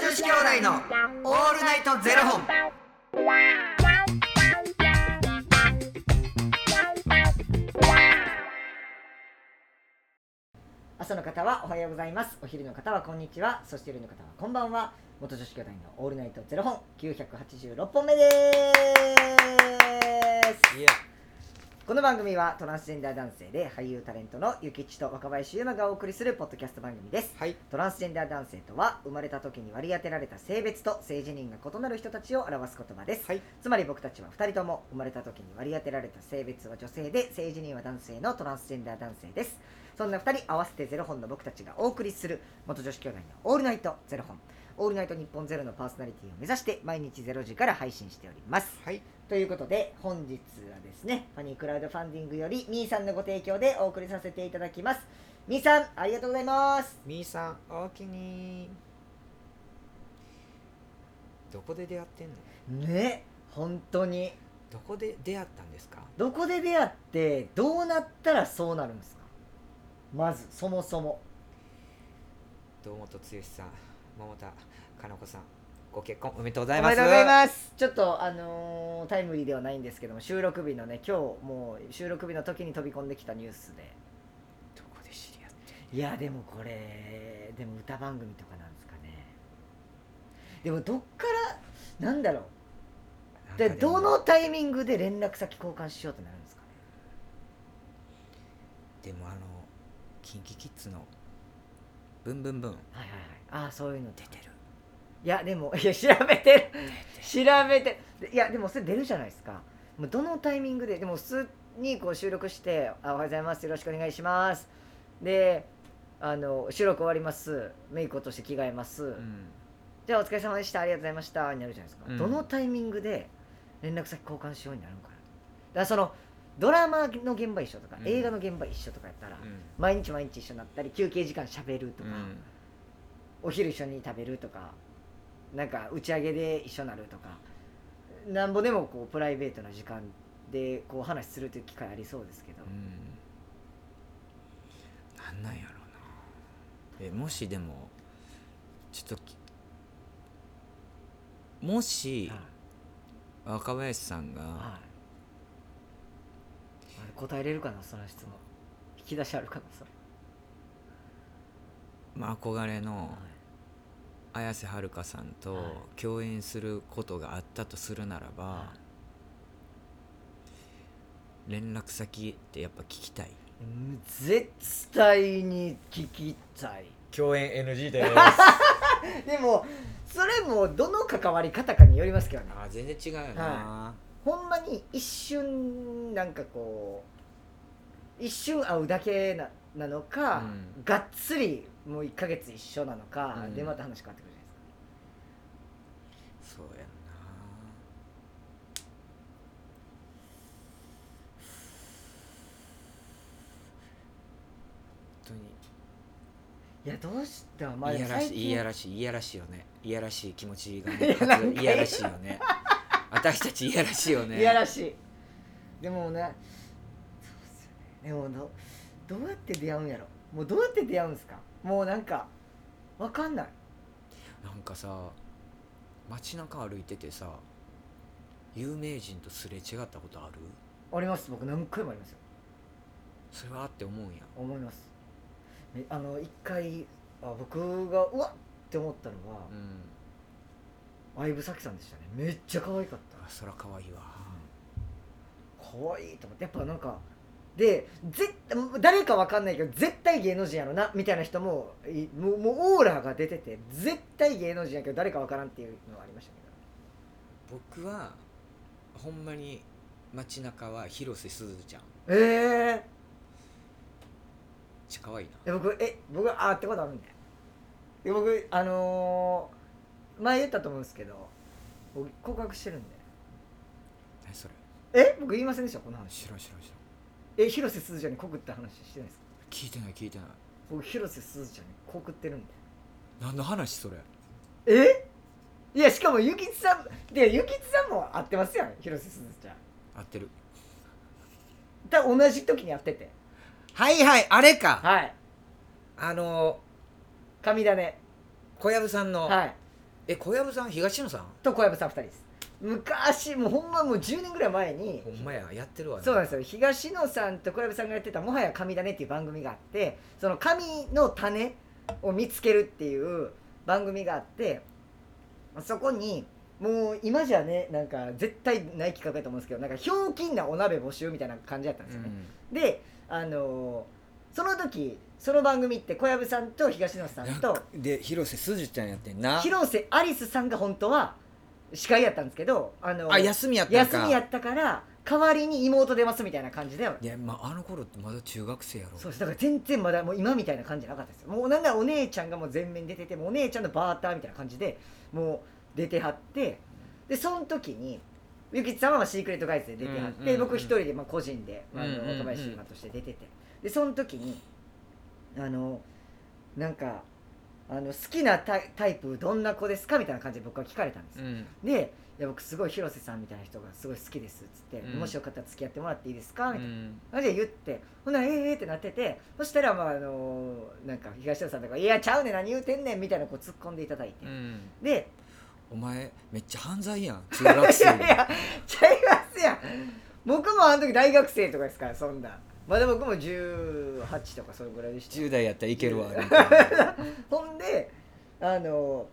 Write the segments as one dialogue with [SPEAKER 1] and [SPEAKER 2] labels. [SPEAKER 1] 子兄弟のオールナイトゼロ本。
[SPEAKER 2] 朝の方はおはようございますお昼の方はこんにちはそして夜の方はこんばんは元女子兄弟のオールナイトゼロ本986本目です
[SPEAKER 1] いや、
[SPEAKER 2] この番組はトランスジェンダー男性で俳優タレントのゆきちと若林優馬がお送りするポッドキャスト番組です
[SPEAKER 1] はい、
[SPEAKER 2] トランスジェンダー男性とは生まれた時に割り当てられた性別と性自認が異なる人たちを表す言葉です
[SPEAKER 1] はい、
[SPEAKER 2] つまり僕たちは2人とも生まれた時に割り当てられた性別は女性で性自認は男性のトランスジェンダー男性ですそんな2人合わせてゼロ本の僕たちがお送りする元女子兄弟の「オールナイトゼロ本」「オールナイト日本ゼロのパーソナリティを目指して毎日ゼロ時から配信しております
[SPEAKER 1] はい、
[SPEAKER 2] ということで本日はですねファニークラウドファンディングよりみーさんのご提供でお送りさせていただきますみーさんありがとうございます
[SPEAKER 1] みーさん、おおきに。どこで出会ってんの。
[SPEAKER 2] ね本当に
[SPEAKER 1] どこで出会ったんですか。
[SPEAKER 2] どこで出会ってどうなったらそうなるんですかまずそもそも
[SPEAKER 1] 堂本剛さん、桃田かな子さん、ご結婚おめでとうご
[SPEAKER 2] お
[SPEAKER 1] ざいます。
[SPEAKER 2] ますちょっとあのータイムリーではないんですけども収録日のね今日もう収録日の時に飛び込んできたニュースで
[SPEAKER 1] どこで知り合って。
[SPEAKER 2] いやでもこれでも歌番組とかなんですかねでもどっからなんだろうで
[SPEAKER 1] なんかも
[SPEAKER 2] どの。タイミングで連絡先交換しようとなるんですかね
[SPEAKER 1] でも、あの、キンキキッズの。ブンブンブン。
[SPEAKER 2] はいはいはいああそういうの出
[SPEAKER 1] 出てる。
[SPEAKER 2] いやでもいや調べてる調べてでいやでもそれ出るじゃないですかもうどのタイミングででも普通にこう収録して「あおはようございますよろしくお願いします」であの収録終わりますメイク落として着替えます、
[SPEAKER 1] うん。
[SPEAKER 2] じゃあお疲れ様でしたありがとうございましたになるじゃないですか、
[SPEAKER 1] うん
[SPEAKER 2] どのタイミングで連絡先交換しようになるのかなだからそのドラマの現場一緒とか、
[SPEAKER 1] うん
[SPEAKER 2] 映画の現場一緒とかやったら、
[SPEAKER 1] うん。
[SPEAKER 2] 毎日毎日一緒になったり休憩時間しゃべるとか、
[SPEAKER 1] うん
[SPEAKER 2] お昼一緒に食べるとかなんか打ち上げで一緒になるとかなんぼでもこうプライベートな時間でこう話するという機会ありそうですけど、
[SPEAKER 1] なんなんやろうなえもしでもちょっときもし
[SPEAKER 2] はい
[SPEAKER 1] 若林さ
[SPEAKER 2] はい
[SPEAKER 1] んが
[SPEAKER 2] あれ答えれるかなその質問引き出しあるかなそれ、
[SPEAKER 1] まあ憧れの
[SPEAKER 2] はい
[SPEAKER 1] 綾瀬はるかさん
[SPEAKER 2] は
[SPEAKER 1] と共演することがあったとするならば
[SPEAKER 2] は
[SPEAKER 1] 連絡先ってやっぱ聞きたい
[SPEAKER 2] うん絶対に聞きたい
[SPEAKER 1] 共演 NG です
[SPEAKER 2] でもそれもどの関わり方かによりますけどね
[SPEAKER 1] あ全然違うよな、
[SPEAKER 2] ほんまに一瞬なんかこう一瞬会うだけななのか、
[SPEAKER 1] う
[SPEAKER 2] がっつりもう1ヶ月一緒なのか、
[SPEAKER 1] うん
[SPEAKER 2] でまた話変わってくるじゃないですか
[SPEAKER 1] そうやんな本
[SPEAKER 2] いやどうしたま
[SPEAKER 1] 当
[SPEAKER 2] あ
[SPEAKER 1] に
[SPEAKER 2] で
[SPEAKER 1] い
[SPEAKER 2] も
[SPEAKER 1] や
[SPEAKER 2] 最近
[SPEAKER 1] らしいいやらしいいやらしいよねいやらしい気持ち が、
[SPEAKER 2] い
[SPEAKER 1] ね
[SPEAKER 2] やなん、か
[SPEAKER 1] いやらしいよね私たちいやらしいよね
[SPEAKER 2] いやらしいでもねそうですよねでもどどうやって出会うんやろもうどうやって出会うんですかもうなんかわかんない
[SPEAKER 1] なんかさ街中歩いててさ有名人とすれ違ったことある
[SPEAKER 2] あります僕何回もありますよ
[SPEAKER 1] それはって思うんや
[SPEAKER 2] 思いますえあの一回あ僕がうわっって思ったのは、
[SPEAKER 1] うん
[SPEAKER 2] 相武咲さんでしたねめっちゃ可愛かっ
[SPEAKER 1] あそら可愛いわ
[SPEAKER 2] た可愛いと思ってやっぱなんかで絶対誰かわかんないけど絶対芸能人やろなみたいな人もいもうもうオーラが出てて絶対芸能人やけど誰かわからんっていうのはありましたけ
[SPEAKER 1] 僕はほんまに街中は広瀬すずちゃんめ
[SPEAKER 2] ど
[SPEAKER 1] っ
[SPEAKER 2] え
[SPEAKER 1] ちゃ可愛いな
[SPEAKER 2] え僕え僕あーってことあるんでで僕あのー前言ったと思うんですけど僕告白してるんで
[SPEAKER 1] 何それ
[SPEAKER 2] え僕言いませんでしたこの話
[SPEAKER 1] 知らん知らん知らん
[SPEAKER 2] え広瀬すずちゃんに告った話してないですか
[SPEAKER 1] 聞いてない聞いてない
[SPEAKER 2] 僕広瀬すずちゃんに告ってるんで
[SPEAKER 1] 何の話それ
[SPEAKER 2] えいやしかもゆきちさんでゆきちさんも会ってますやん広瀬すずちゃん
[SPEAKER 1] 合ってる
[SPEAKER 2] だ同じ時に会ってて
[SPEAKER 1] はいはいあれか
[SPEAKER 2] はい
[SPEAKER 1] あの
[SPEAKER 2] 神だね
[SPEAKER 1] 小籔さんの
[SPEAKER 2] はい
[SPEAKER 1] え小籔さん東野さん
[SPEAKER 2] と小籔さん2人です昔もうほんまもう10年ぐらい前に
[SPEAKER 1] ほんまややってるわ
[SPEAKER 2] そうなんですよ東野さんと小籔さんがやってた「もはや神だね」っていう番組があってその神の種を見つけるっていう番組があってそこにもう今じゃねなんか絶対ない企画だと思うんですけどなんかひょうきんなお鍋募集みたいな感じだったんですよね、であのーその時その番組って小籔さんと東野さんと
[SPEAKER 1] うん、で広瀬すずちゃんやってんな
[SPEAKER 2] 広瀬アリスさんが本当は司会やったんですけどあのー
[SPEAKER 1] あ休みやったんか
[SPEAKER 2] 休みやったから代わりに妹出ますみたいな感じで
[SPEAKER 1] いや、まあ、あの頃ってまだ中学生やろ
[SPEAKER 2] そうですだから全然まだもう今みたいな感じじゃなかったですよもうなんならお姉ちゃんがもう前面に出ててもうお姉ちゃんのバーターみたいな感じでもう出てはってでその時にゆきちさんはまあシークレットガイズで出てはって、
[SPEAKER 1] うんうんうん
[SPEAKER 2] 僕一人でまあ個人で、あ
[SPEAKER 1] うんうんうん
[SPEAKER 2] の若林今として出ててでその時にあのなんかあの好きなタイタイプどんな子ですかみたいな感じで僕は聞かれたんですよ
[SPEAKER 1] うん
[SPEAKER 2] でいや僕すごい広瀬さんみたいな人がすごい好きですっつって、
[SPEAKER 1] うん
[SPEAKER 2] もしよかったら付き合ってもらっていいですかみたいな
[SPEAKER 1] うん
[SPEAKER 2] マジで言ってほなええええってなっててそしたらまああのなんか東野さんとか「いやちゃうねん何言うてんねん」みたいなこう突っ込んでいただいて、
[SPEAKER 1] うん
[SPEAKER 2] で
[SPEAKER 1] お前めっちゃ犯罪やん
[SPEAKER 2] 「
[SPEAKER 1] 中
[SPEAKER 2] い
[SPEAKER 1] 学生
[SPEAKER 2] やいやちゃいますやん僕もあの時大学生とかですからそんなまだ僕も18とかそれぐらいでした
[SPEAKER 1] 10代やったらいけるわみたいな
[SPEAKER 2] ほんであの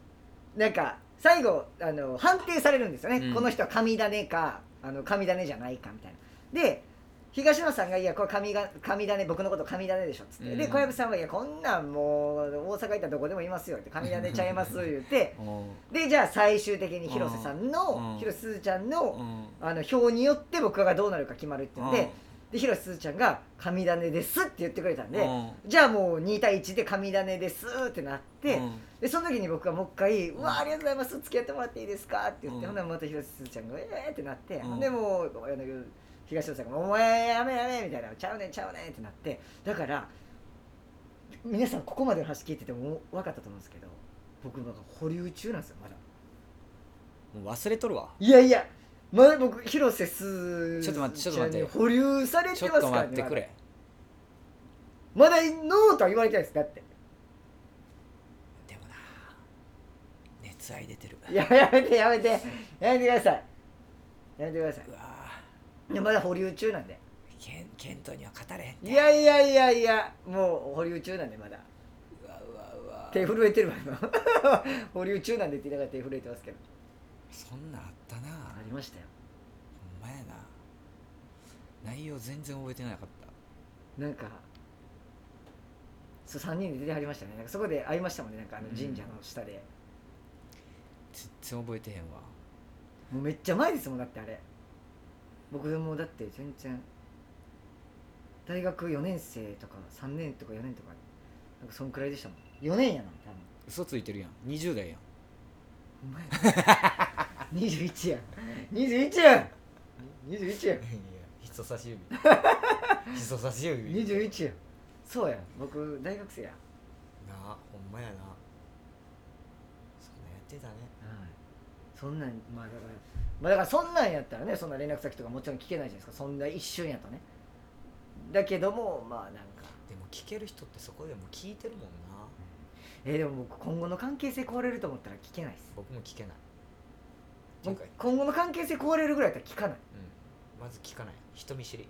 [SPEAKER 2] なんか最後あの判定されるんですよね、
[SPEAKER 1] うん
[SPEAKER 2] この人は神種かあの神種じゃないかみたいなで東野さんが「いやこれ神が神種僕のこと神種でしょ」っつって、
[SPEAKER 1] うん
[SPEAKER 2] で小籔さんは「いやこんなんもう大阪行ったらどこでもいますよ」って「神種ちゃい ます」言って
[SPEAKER 1] うん
[SPEAKER 2] でじゃあ最終的に広瀬さんの、
[SPEAKER 1] うん
[SPEAKER 2] 広瀬すずちゃん
[SPEAKER 1] う
[SPEAKER 2] の
[SPEAKER 1] ん
[SPEAKER 2] あの票によって僕がどうなるか決まるって言うんで、で広瀬すずちゃんが「神種です」って言ってくれたんで、
[SPEAKER 1] うん
[SPEAKER 2] じゃあもう2対1で神種ですってなって、
[SPEAKER 1] うん
[SPEAKER 2] でその時に僕はもう一回「
[SPEAKER 1] ん
[SPEAKER 2] うわありがとうございます付き合ってもらっていいですか」って言って、
[SPEAKER 1] うん
[SPEAKER 2] ほんならまた広瀬すずちゃんが「ええー!」ってなって、
[SPEAKER 1] うん
[SPEAKER 2] でもうあの東野さんが「お前やめやめ」みたいな「ちゃうねんちゃうねん」ってなってだから皆さんここまでの話聞いてても分かったと思うんですけど僕まだ保留中なんですよまだ
[SPEAKER 1] もう忘れとるわ
[SPEAKER 2] いやいやまだ僕広瀬すず
[SPEAKER 1] ちょっと待ってちょっと待って
[SPEAKER 2] ちゃんに保留され
[SPEAKER 1] ちょ
[SPEAKER 2] て
[SPEAKER 1] っ
[SPEAKER 2] ます
[SPEAKER 1] と
[SPEAKER 2] から
[SPEAKER 1] 待ってくれ
[SPEAKER 2] まだまだノーとは言われてないですだって
[SPEAKER 1] でもな熱愛出てる
[SPEAKER 2] いややめてやめてやめてくださいやめてくださいう
[SPEAKER 1] わ
[SPEAKER 2] いやまだ保留中なんで
[SPEAKER 1] ケンケントには語れへん
[SPEAKER 2] いやいやいやいやもう保留中なんでまだ
[SPEAKER 1] うわうわうわ
[SPEAKER 2] 手震えてるわ今 保留中なんでって言いながら手震えてますけど
[SPEAKER 1] そんなんあったな
[SPEAKER 2] ありましたよ
[SPEAKER 1] ほんまやな内容全然覚えてなかった
[SPEAKER 2] なんかそう3人で出てはりましたねなんかそこで会いましたもんねなんかあの
[SPEAKER 1] うん
[SPEAKER 2] 神社の下で、
[SPEAKER 1] 全然覚えてへんわ
[SPEAKER 2] もうめっちゃ前ですもんだってあれ僕もうだって全然大学4年生とか3年とか4年とかなんかそんくらいでしたもん4年やな多分
[SPEAKER 1] 嘘ついてるやん20代やん
[SPEAKER 2] お前 21や21や21や
[SPEAKER 1] いや人差し指 人差し指
[SPEAKER 2] 21やそうや僕大学生や、
[SPEAKER 1] なあほんまやなそんなやってたね
[SPEAKER 2] そんなんまあだからまあだからそんなんやったらねそんな連絡先とかもちろん聞けないじゃないですかそんな一瞬やとねだけどもまあなんか
[SPEAKER 1] でも聞ける人ってそこでも聞いてるもんな
[SPEAKER 2] えーでも僕今後の関係性壊れると思ったら聞けないです
[SPEAKER 1] 僕も聞けない
[SPEAKER 2] 僕
[SPEAKER 1] う
[SPEAKER 2] 今後の関係性壊れるぐらいだったら聞かない
[SPEAKER 1] んまず聞かない人見知り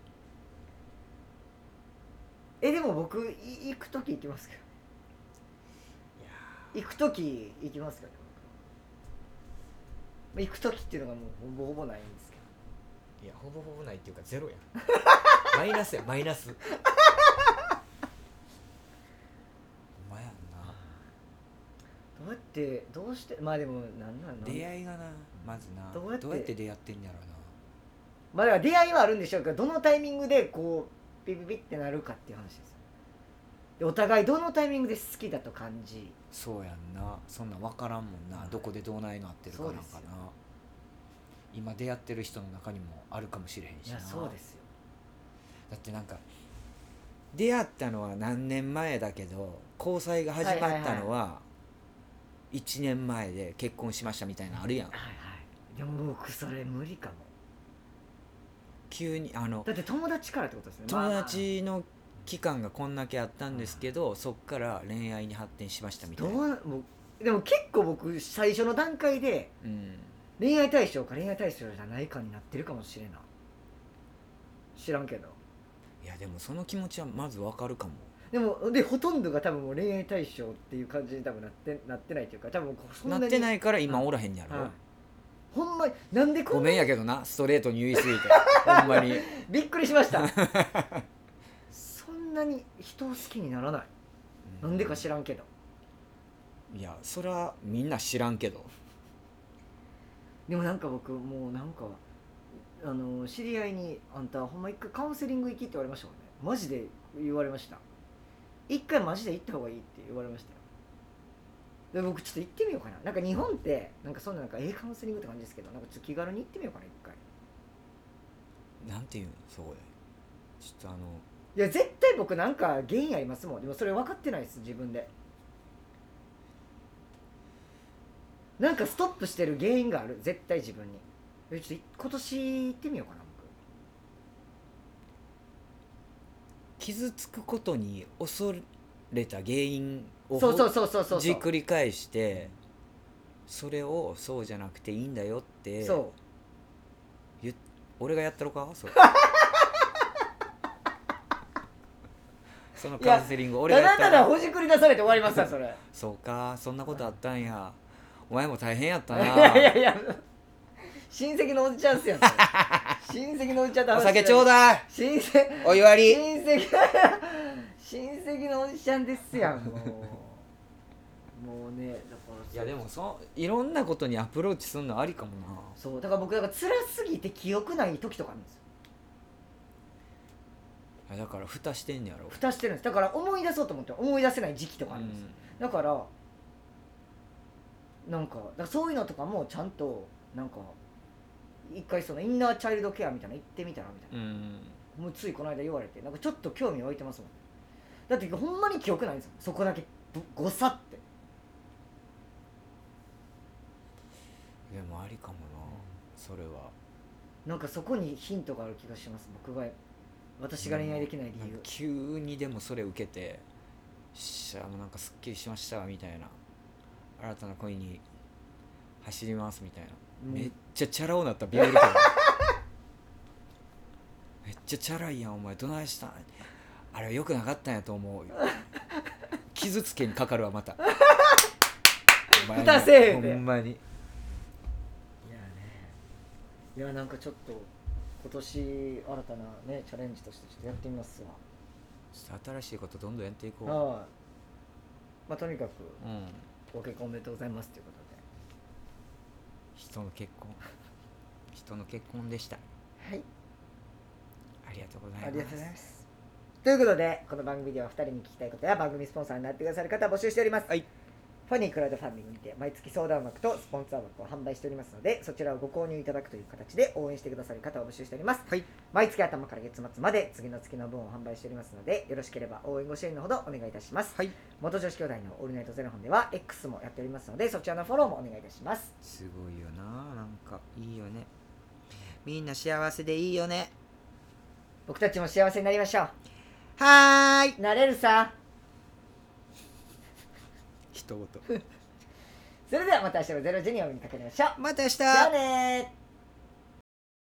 [SPEAKER 2] えでも僕い行く時行きますけ
[SPEAKER 1] いや
[SPEAKER 2] ど行く時行きますけど僕行く時っていうのがもうほぼほぼないんですけど
[SPEAKER 1] いやほぼほぼないっていうかゼロ やんマイナスやマイナスお前やんな
[SPEAKER 2] どうやってどうしてまあでもなんなんなん
[SPEAKER 1] 出会いがなまずな
[SPEAKER 2] どうやって
[SPEAKER 1] 出会ってんやろうな
[SPEAKER 2] まあだから出会いはあるんでしょうけどどのタイミングでこうビビビってなるかっていう話ですよでお互いどのタイミングで好きだと感じ
[SPEAKER 1] そうやんなそんなん分からんもんなどこでどうないのあってるかなんか
[SPEAKER 2] そう
[SPEAKER 1] な
[SPEAKER 2] ですよ
[SPEAKER 1] 今出会ってる人の中にもあるかもしれへん
[SPEAKER 2] い
[SPEAKER 1] しな
[SPEAKER 2] やそうですよ
[SPEAKER 1] だってなんか出会ったのは何年前だけど交際が始まったのは1年前で結婚しましたみたいなのあるやん
[SPEAKER 2] はいはいでも僕それ無理かも
[SPEAKER 1] 急にあの
[SPEAKER 2] だって友達からってことですね
[SPEAKER 1] 友達の期間がこんだけあったんですけどそっから恋愛に発展しましたみた
[SPEAKER 2] まあ
[SPEAKER 1] い
[SPEAKER 2] ま
[SPEAKER 1] な
[SPEAKER 2] あどうもうでも結構僕最初の段階で
[SPEAKER 1] うん
[SPEAKER 2] 恋愛対象か恋愛対象じゃないかになってるかもしれない知らんけど
[SPEAKER 1] いやでもその気持ちはまずわかるかも
[SPEAKER 2] でもでほとんどが多分もう恋愛対象っていう感じに多分なってなってないというか多分こうそん
[SPEAKER 1] な
[SPEAKER 2] なに、
[SPEAKER 1] ってないいから今おらへんやろ、
[SPEAKER 2] はいほんまになんでこ
[SPEAKER 1] ご
[SPEAKER 2] んな
[SPEAKER 1] めんやけどなストレートに言いすぎてほんまに
[SPEAKER 2] びっくりしました そんなに人を好きにならない なんでか知らんけど
[SPEAKER 1] いやそりゃみんな知らんけど
[SPEAKER 2] でもなんか僕もうなんかあの知り合いに「あんたほんま一回カウンセリング行き」って言われましたもんねマジで言われました一回マジで行った方がいいって言われましたよで僕ちょっと行ってみようかななんか日本ってなんかそんななんかええカウンセリングって感じですけどなんかちょっと気軽に行ってみようかな一回
[SPEAKER 1] なんていうのそこでちょっとあの
[SPEAKER 2] いや絶対僕なんか原因ありますもんでもそれ分かってないです自分でなんかストップしてる原因がある絶対自分にえちょっと今年行ってみようかな僕
[SPEAKER 1] 傷つくことに恐れた原因を
[SPEAKER 2] そうそうそうそうそう
[SPEAKER 1] じっくり返してそれをそうじゃなくていいんだよって
[SPEAKER 2] そ
[SPEAKER 1] 俺がやったろか それその
[SPEAKER 2] いや
[SPEAKER 1] カウンセリング
[SPEAKER 2] う
[SPEAKER 1] 俺が
[SPEAKER 2] た
[SPEAKER 1] や
[SPEAKER 2] だ
[SPEAKER 1] っ
[SPEAKER 2] た
[SPEAKER 1] た
[SPEAKER 2] だほじくり出されて終わりましたそれ
[SPEAKER 1] そうかそんなことあったんやお前も大変やっ た
[SPEAKER 2] い
[SPEAKER 1] な
[SPEAKER 2] やいやいや親戚のおじちゃんっすよそれ親戚のおじちゃんと
[SPEAKER 1] お
[SPEAKER 2] 話して
[SPEAKER 1] 酒ちょうだい
[SPEAKER 2] 親戚
[SPEAKER 1] お湯割り
[SPEAKER 2] 親戚親戚のおじちゃんですやんもうもうねだから
[SPEAKER 1] いやでもそいろんなことにアプローチするのありかもな
[SPEAKER 2] そうだから僕だから辛すぎて記憶ない時とかあるんですよ
[SPEAKER 1] いやだから蓋してんねやろ
[SPEAKER 2] 蓋してるんですだから思い出そうと思っても思い出せない時期とかあるんです、だからなんかだからそういうのとかもちゃんとなんか一回そのインナーチャイルドケアみたいなの行ってみたらみたい
[SPEAKER 1] うん、うん、
[SPEAKER 2] なもうついこの間言われてなんかちょっと興味湧いてますもんだってほんまに記憶ないんですよそこだけぶごさって
[SPEAKER 1] でもありかもなそれは
[SPEAKER 2] なんかそこにヒントがある気がします僕が私が恋愛できない理
[SPEAKER 1] なん
[SPEAKER 2] 由
[SPEAKER 1] か急にでもそれ受けてよっしゃもうなんかすっきりしましたみたいな新たな恋に走りますみたいな、
[SPEAKER 2] もう
[SPEAKER 1] めっちゃチャラ男なったらビビるけど めっちゃチャラいやんお前どないしたんあれは良くなかったんやと思う傷つけにかかるわま たお前も
[SPEAKER 2] 蓋せえ
[SPEAKER 1] ほ
[SPEAKER 2] 言うて
[SPEAKER 1] んま
[SPEAKER 2] いや
[SPEAKER 1] に
[SPEAKER 2] ねいやなんかちょっと今年新たなねチャレンジとしてちょっとやってみますわ
[SPEAKER 1] ちょっと新しいことどんどんやっていこう
[SPEAKER 2] はいまあとにかく
[SPEAKER 1] うん
[SPEAKER 2] ご結婚おめでとうございますということ
[SPEAKER 1] 人の結婚人の結婚でした
[SPEAKER 2] ではい
[SPEAKER 1] ありがとうございます
[SPEAKER 2] ありがとうございますということでこの番組では2人に聞きたいことや番組スポンサーになってくださる方を募集しております、
[SPEAKER 1] はい
[SPEAKER 2] ファニークラウドファンディングにて毎月相談枠とスポンサー枠を販売しておりますのでそちらをご購入いただくという形で応援してくださる方を募集しております、
[SPEAKER 1] はい
[SPEAKER 2] 毎月頭から月末まで次の月の分を販売しておりますのでよろしければ応援ご支援のほどお願いいたします、
[SPEAKER 1] はい
[SPEAKER 2] 元女子兄弟のオールナイトゼロ本では X もやっておりますのでそちらのフォローもお願いいたします
[SPEAKER 1] すごいよななんかいいよねみんな幸せでいいよね
[SPEAKER 2] 僕たちも幸せになりましょ
[SPEAKER 1] はーいう
[SPEAKER 2] なれるさ
[SPEAKER 1] 一言
[SPEAKER 2] それではまた明日のゼロ時にお目にかかりましょう
[SPEAKER 1] また明日
[SPEAKER 2] じゃあねー